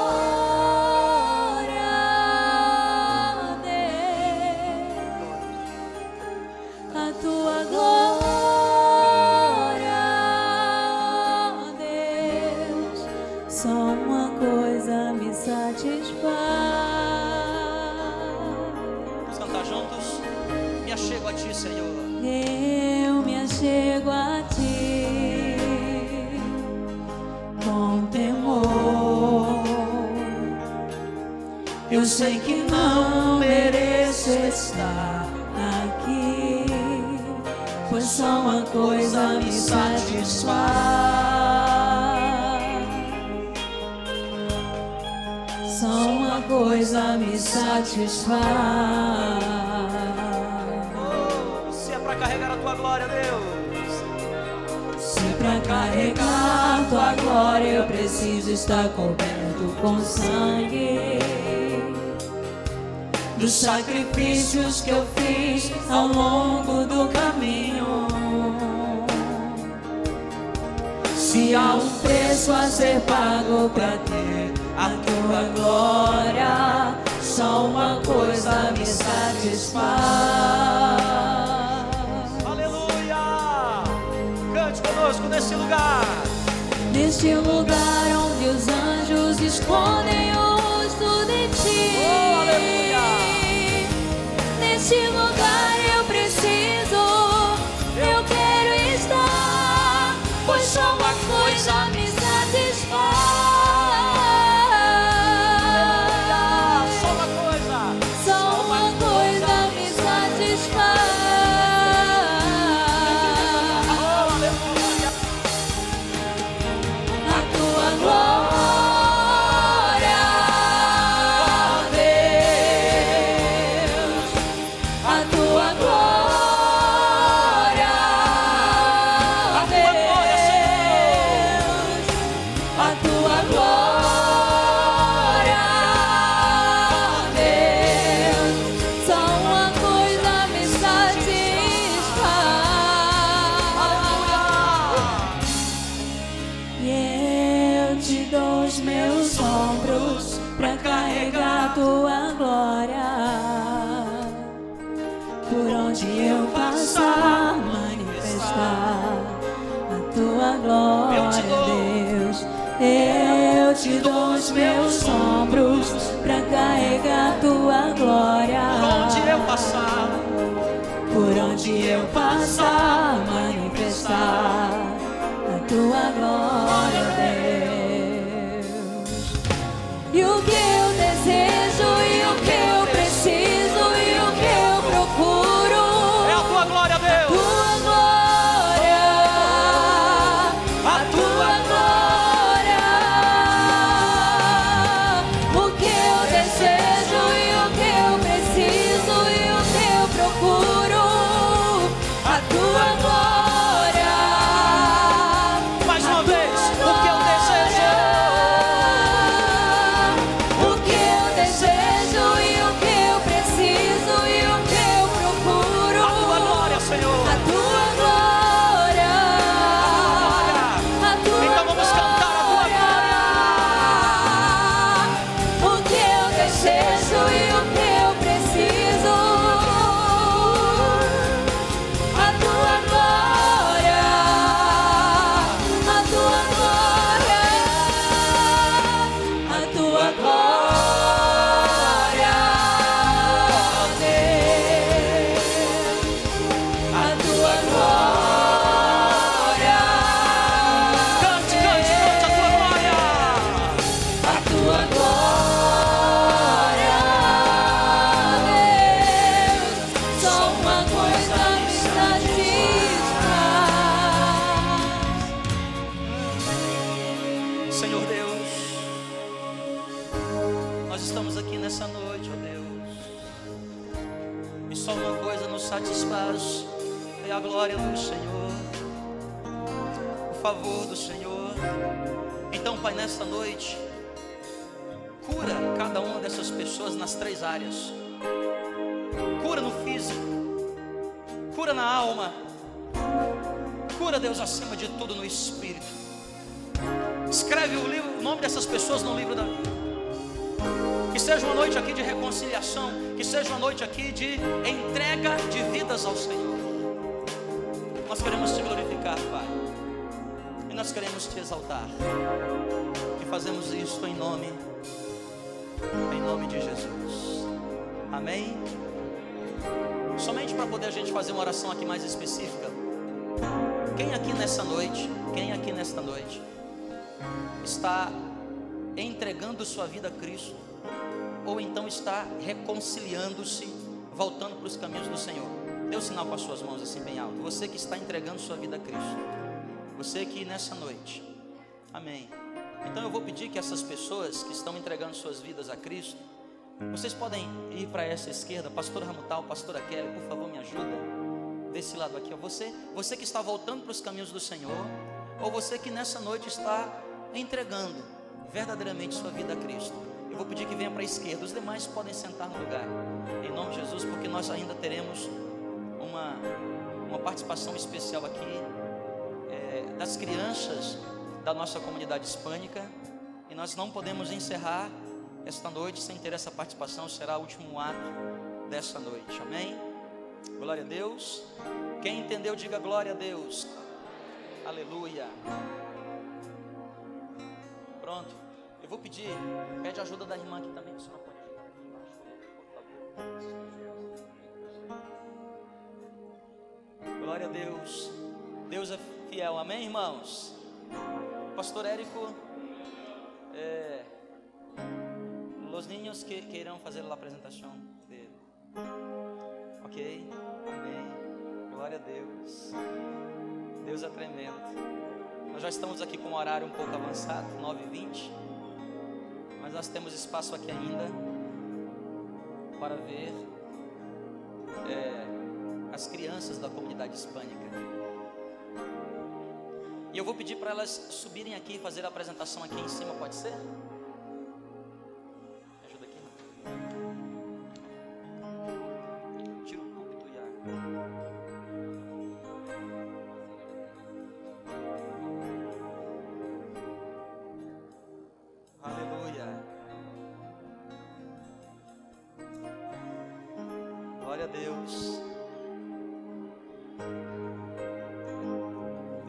C: oh Deus, a tua glória, oh Deus, só uma coisa me satisfaz.
A: Vamos cantar juntos? Me achego a ti, Senhor.
C: Eu me achego a ti com temor. Eu sei que não mereço. Deus está aqui, pois só uma coisa me satisfaz. Só uma coisa me satisfaz.
A: Oh, se é para carregar a tua glória, Deus.
C: Se pra carregar tua glória eu preciso estar coberto com sangue dos sacrifícios que eu fiz ao longo do caminho. Se há um preço a ser pago pra ter a tua glória, só uma coisa me satisfaz.
A: Aleluia! Cante conosco nesse lugar.
C: Neste lugar onde os anjos escondem o rosto de ti.
A: Oh, aleluia!
C: Neste lugar eu preciso, eu quero estar, pois só uma coisa me satisfaz.
A: Só uma coisa.
C: Só uma coisa me satisfaz.
A: Oh, aleluia!
C: A tua glória, Deus, a tua glória, Deus, a tua glória, Deus, só uma coisa me satisfaz. E eu te dou os meus ombros pra carregar tua glória. Por onde eu passar, manifestar a tua glória, Deus. Eu te dou os meus ombros pra carregar tua glória.
A: Onde eu passar,
C: Por onde eu passar, manifestar a tua glória, Deus. E o que eu desejo, e o que eu preciso, e o que eu procuro,
A: é a tua glória, Deus.
C: tua glória, a tua glória. O que eu desejo, e o que eu preciso, e o que eu procuro, a tua glória.
A: Mais uma vez, o que eu desejo.
C: O que eu desejo e o que eu preciso e o que eu procuro.
A: A tua glória,
C: A
A: Senhor.
C: tua glória. A tua
A: Então vamos cantar a tua
C: glória. O que eu desejo e o que eu preciso. A tua glória. A tua glória. A tua glória. Deus. A tua glória,
A: Cante, cante, cante a tua glória.
C: a tua glória, Deus. Só uma coisa me satisfaz.
A: Senhor Deus, nós estamos aqui nessa noite, ó Deus. E só uma coisa nos satisfaz é a glória do Senhor, o favor do Senhor. Então, Pai, nessa noite, cura cada uma dessas pessoas nas três áreas. Cura no físico, cura na alma, cura Deus acima de tudo no espírito. Escreve o, livro- o nome dessas pessoas no livro da vida. Que seja uma noite aqui de reconciliação. Que seja uma noite aqui de entrega de vidas ao Senhor. Nós queremos te glorificar, Pai. E nós queremos te exaltar. E fazemos isso em nome, em nome de Jesus. Amém? Somente para poder a gente fazer uma oração aqui mais específica. Quem aqui nessa noite, quem aqui nesta noite, está entregando sua vida a Cristo, ou então está reconciliando-se voltando para os caminhos do Senhor. Dê um sinal com as suas mãos assim bem alto. Você que está entregando sua vida a Cristo. Você que nessa noite. Amém. Então eu vou pedir que essas pessoas que estão entregando suas vidas a Cristo, vocês podem ir para essa esquerda, pastor Ramutal, pastora Kelly, por favor, me ajuda. Desse lado aqui, ó. você, você que está voltando para os caminhos do Senhor, ou você que nessa noite está entregando verdadeiramente sua vida a Cristo. Eu vou pedir que venha para a esquerda, os demais podem sentar no lugar. Em nome de Jesus, porque nós ainda teremos uma, uma participação especial aqui é, das crianças da nossa comunidade hispânica e nós não podemos encerrar esta noite sem ter essa participação, será o último ato dessa noite, amém? Glória a Deus. Quem entendeu, diga glória a Deus. Aleluia. Pronto. Eu vou pedir, pede ajuda da irmã aqui também, que você não pode ajudar aqui embaixo, por favor. Glória a Deus. Deus é fiel, amém, irmãos? Pastor Érico, eh, os niños que, que irão fazer a apresentação dele. Ok? Amém. Glória a Deus. Deus é tremendo. Nós já estamos aqui com um horário um pouco avançado, 9h20. Mas nós temos espaço aqui ainda para ver eh, as crianças da comunidade hispânica. E eu vou pedir para elas subirem aqui e fazer a apresentação aqui em cima, pode ser? Me ajuda aqui. Rafa. Tira o púlpito, Iago. Aleluia. Glória a Deus.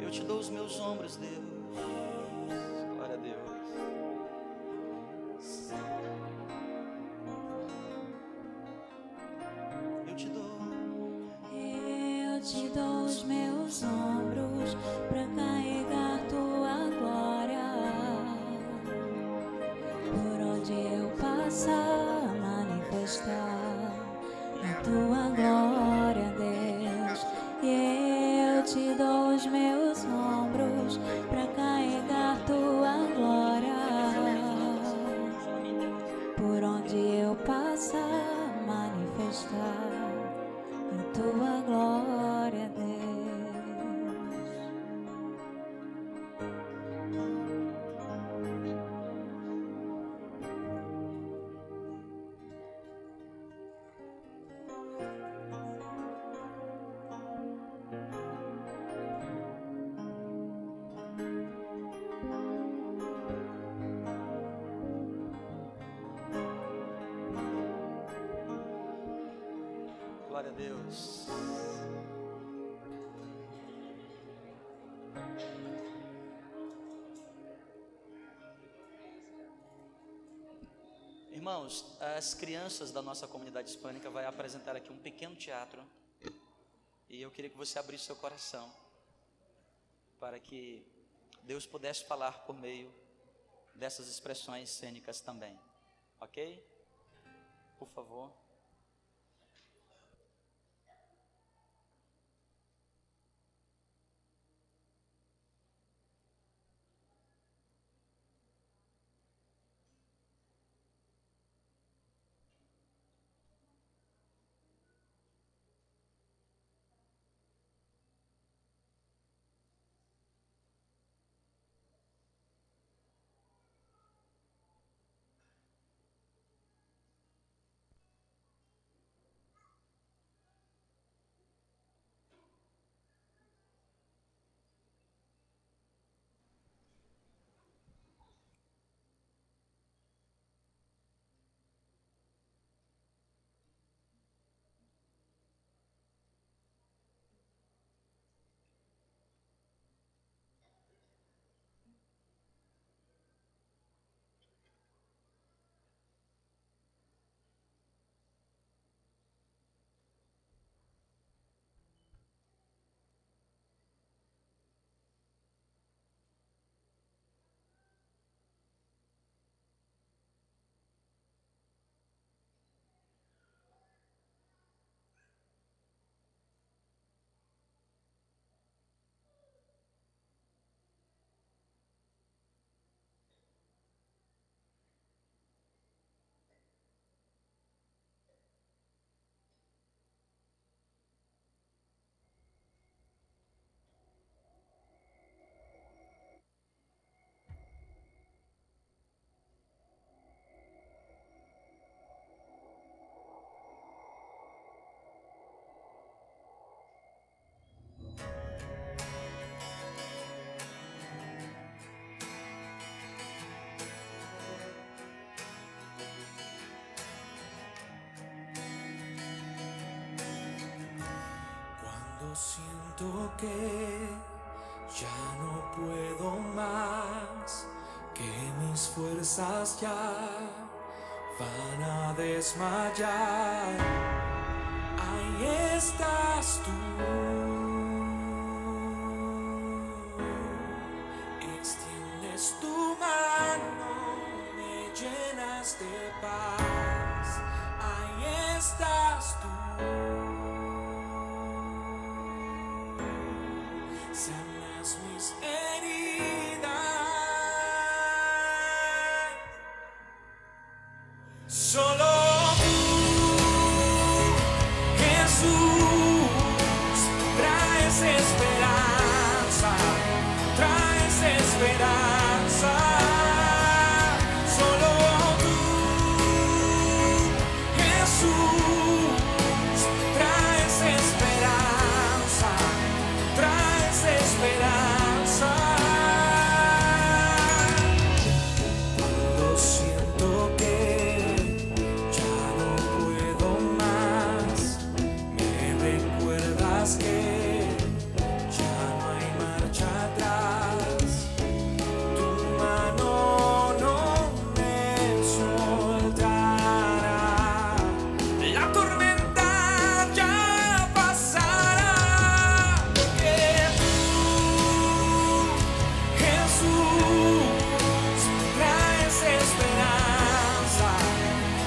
A: Eu te dou os meus ombros, Deus. Glória a Deus. Eu te dou.
C: Eu te dou os meus ombros pra carregar tua glória. Por onde eu passar, manifestar a tua glória, Deus. Eu te dou os meus ombros pra carregar tua glória por onde eu passar, manifestar a tua glória, Deus.
A: Glória a Deus. Irmãos, as crianças da nossa comunidade hispânica vai apresentar aqui um pequeno teatro. E eu queria que você abrisse seu coração para que Deus pudesse falar por meio dessas expressões cênicas também. OK? Por favor.
D: Yo siento que ya no puedo más, que mis fuerzas ya van a desmayar. Ahí estás tú. Extiendes tu mano, me llenas de paz. Ahí estás tú. sanas mis heridas. Solo tú, Jesús, traes esperanza, traes esperanza. Solo tú, Jesús, traes esperanza traes esperanza. Lo siento que ya no puedo más. Me recuerdas que ya no hay marcha atrás. Tu mano no me soltará. La tormenta ya pasará, porque tú, Jesús, traes esperanza,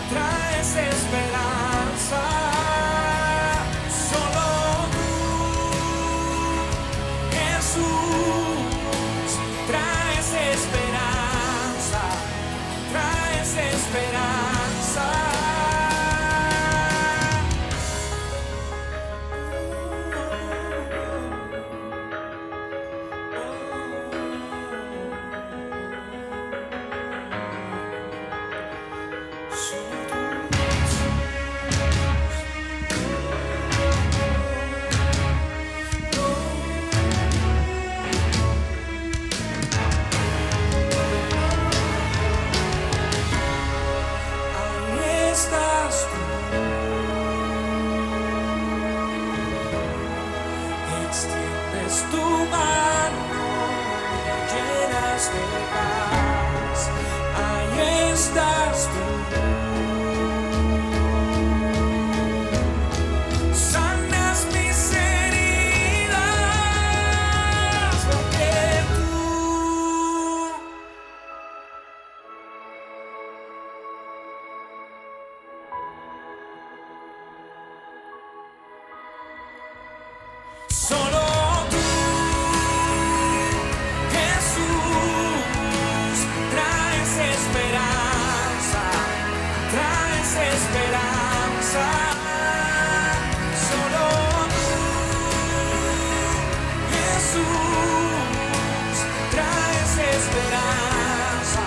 D: traes esperanza. Solo tú, Jesús, traes esperanza, traes esperanza. Ahí estás tú. Extiendes tu mano, me llenas de paz. Ahí estás tú. Sanas mis heridas, porque tú. Solo tú, Jesús, traes esperanza, traes esperanza. Solo tú, Jesús, traes esperanza,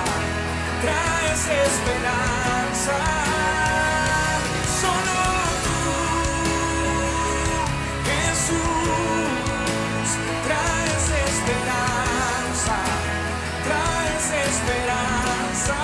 D: traes esperanza. Solo tú. Jesús, traes esperanza, traes esperanza.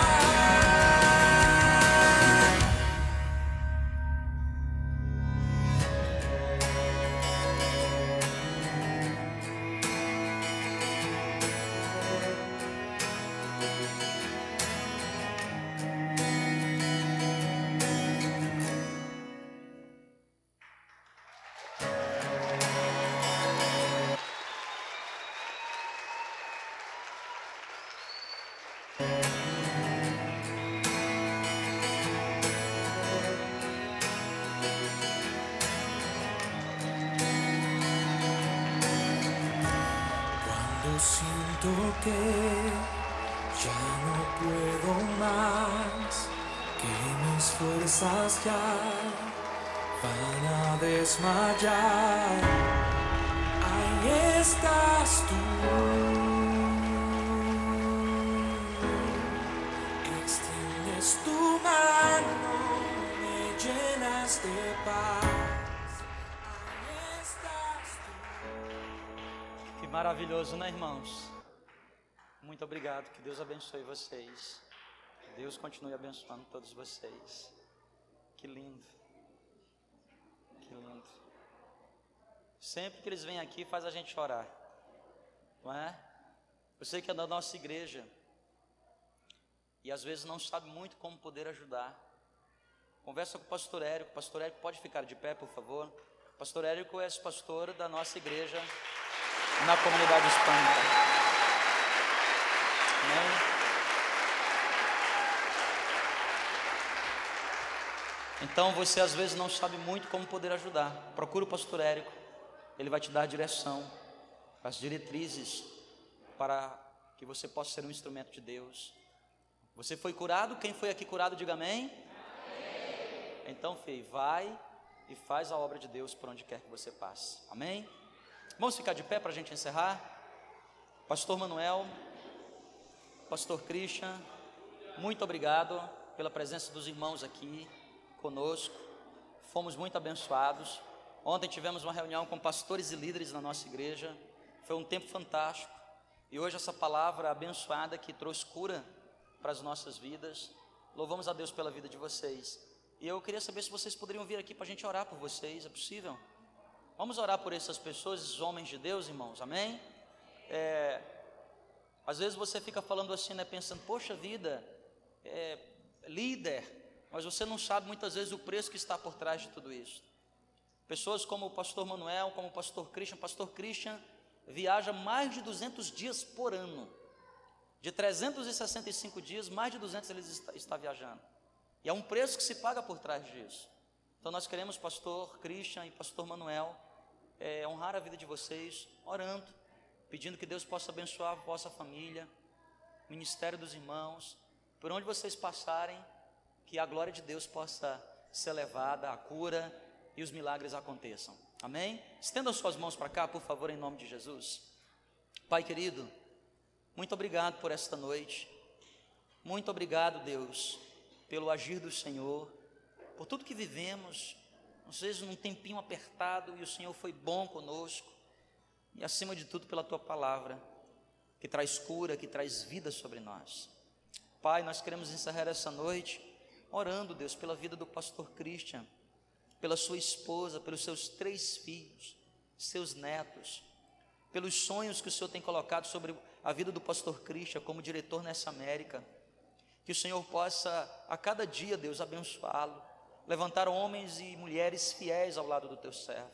D: Cuando siento que ya no puedo más, que mis fuerzas ya van a desmayar, ahí estás tú. Extiendes tu mano, me llenas de paz. Ahí estás tú.
A: Que maravilhoso, né, irmãos? Muito obrigado. Que Deus abençoe vocês. Que Deus continue abençoando todos vocês. Que lindo. Que lindo. Sempre que eles vêm aqui, faz a gente chorar. Não é? Eu sei que é da nossa igreja. E às vezes não sabe muito como poder ajudar. Conversa com o pastor Érico. Pastor Érico, pode ficar de pé, por favor? Pastor Érico é pastor da nossa igreja na comunidade hispânica. Amém? Então você às vezes não sabe muito como poder ajudar. Procura o pastor Érico, ele vai te dar a direção, as diretrizes para que você possa ser um instrumento de Deus. Você foi curado? Quem foi aqui curado, diga amém. Então, filho, vai e faz a obra de Deus por onde quer que você passe. Amém? Vamos ficar de pé para a gente encerrar? Pastor Manuel, Pastor Christian, muito obrigado pela presença dos irmãos aqui conosco. Fomos muito abençoados. Ontem tivemos uma reunião com pastores e líderes na nossa igreja. Foi um tempo fantástico. E hoje essa palavra abençoada que trouxe cura para as nossas vidas. Louvamos a Deus pela vida de vocês. E eu queria saber se vocês poderiam vir aqui para a gente orar por vocês. É possível? Vamos orar por essas pessoas, esses homens de Deus, irmãos. Amém? É, às vezes você fica falando assim, né? Pensando, poxa vida, é, líder, mas você não sabe muitas vezes o preço que está por trás de tudo isso. Pessoas como o pastor Manuel, como o pastor Christian, o pastor Christian viaja mais de 200 dias por ano. De 365 dias, mais de 200 ele está, está viajando. E é um preço que se paga por trás disso. Então nós queremos, pastor Christian e pastor Manuel, é, honrar a vida de vocês, orando, pedindo que Deus possa abençoar a vossa família, ministério dos irmãos, por onde vocês passarem, que a glória de Deus possa ser levada, a cura e os milagres aconteçam. Amém? Estendam suas mãos para cá, por favor, em nome de Jesus. Pai querido, muito obrigado por esta noite. Muito obrigado, Deus, pelo agir do Senhor, por tudo que vivemos, às vezes num tempinho apertado, e o Senhor foi bom conosco, e acima de tudo pela tua palavra, que traz cura, que traz vida sobre nós. Pai, nós queremos encerrar essa noite orando, Deus, pela vida do pastor Christian, pela sua esposa, pelos seus três filhos, seus netos, pelos sonhos que o Senhor tem colocado sobre a vida do pastor Christian como diretor nessa América. Que o Senhor possa a cada dia, Deus, abençoá-lo, levantar homens e mulheres fiéis ao lado do teu servo.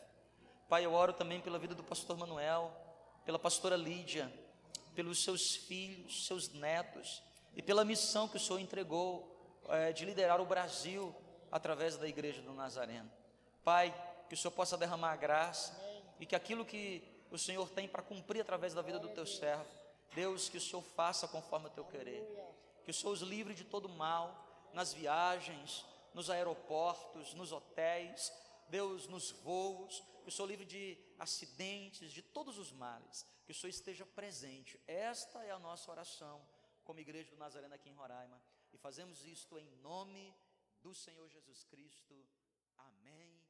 A: Pai, eu oro também pela vida do pastor Manuel, pela pastora Lídia, pelos seus filhos, seus netos e pela missão que o Senhor entregou eh, de liderar o Brasil através da igreja do Nazareno. Pai, que o Senhor possa derramar a graça e que aquilo que o Senhor tem para cumprir através da vida do teu servo, Deus, que o Senhor faça conforme o teu querer. Que o Senhor os livre de todo mal nas viagens, nos aeroportos, nos hotéis, Deus, nos voos, que o Senhor livre de acidentes, de todos os males, que o Senhor esteja presente. Esta é a nossa oração como igreja do Nazareno aqui em Roraima. E fazemos isto em nome do Senhor Jesus Cristo. Amém.